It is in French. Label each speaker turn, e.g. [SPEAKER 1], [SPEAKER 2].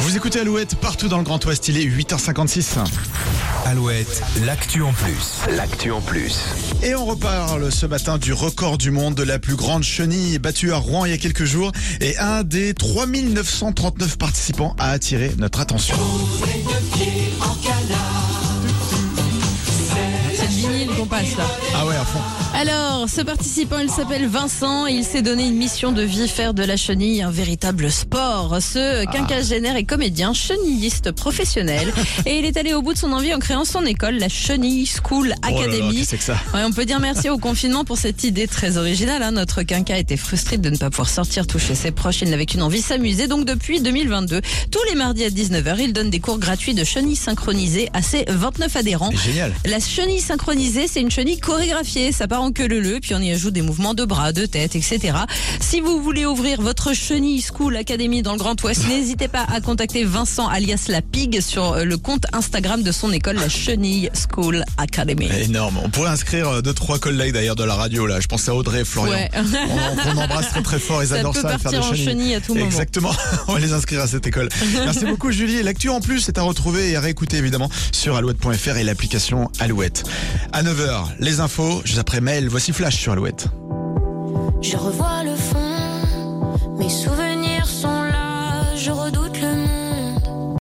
[SPEAKER 1] Vous écoutez Alouette partout dans le Grand Ouest, il est 8h56.
[SPEAKER 2] Alouette, l'actu en plus. L'actu en plus.
[SPEAKER 1] Et on reparle ce matin du record du monde de la plus grande chenille battue à Rouen il y a quelques jours. Et un des 3939 participants a attiré notre attention.
[SPEAKER 3] C'est le vinyle qu'on passe là.
[SPEAKER 1] Ah ouais, à fond.
[SPEAKER 3] Alors, ce participant, il s'appelle Vincent. Il s'est donné une mission de vie, faire de la chenille un véritable sport. Ce quinquagénaire est comédien, chenilliste professionnel. et il est allé au bout de son envie en créant son école, la Chenille School
[SPEAKER 1] Oh là là,
[SPEAKER 3] Academy.
[SPEAKER 1] qu'est-ce que c'est que ça
[SPEAKER 3] Ouais, on peut dire merci au confinement pour cette idée très originale. hein. Notre quinca était frustré de ne pas pouvoir sortir, toucher ses proches. Il n'avait qu'une envie, s'amuser. Donc depuis 2022, tous les mardis à 19h, il donne des cours gratuits de chenille synchronisée à ses 29 adhérents.
[SPEAKER 1] Génial.
[SPEAKER 3] La chenille synchronisée, c'est une chenille chorégraphiée. Ça part en queue leu puis on y ajoute des mouvements de bras, de tête, etc. Si vous voulez ouvrir votre chenille School Academy dans le Grand Ouest, n'hésitez pas à contacter Vincent alias La Pig sur euh, le compte Instagram de son école, la Chenille School Academy.
[SPEAKER 1] Énorme. On pourrait inscrire euh, deux, trois collègues d'ailleurs de la radio là. Je pense à Audrey et Florian.
[SPEAKER 3] Ouais.
[SPEAKER 1] On, on embrasse très très fort. Ils
[SPEAKER 3] Ça
[SPEAKER 1] adorent
[SPEAKER 3] peut
[SPEAKER 1] ça, faire
[SPEAKER 3] partir
[SPEAKER 1] des
[SPEAKER 3] en
[SPEAKER 1] chenilles.
[SPEAKER 3] chenille à tout moment.
[SPEAKER 1] Exactement. On va les inscrire à cette école. Merci beaucoup Julie. Et L'actu en plus est à retrouver et à réécouter évidemment sur alouette.fr et l'application Alouette. À 9h, les infos, juste après mail, voici Flash sur Alouette.
[SPEAKER 4] Je revois le fond, mes souvenirs.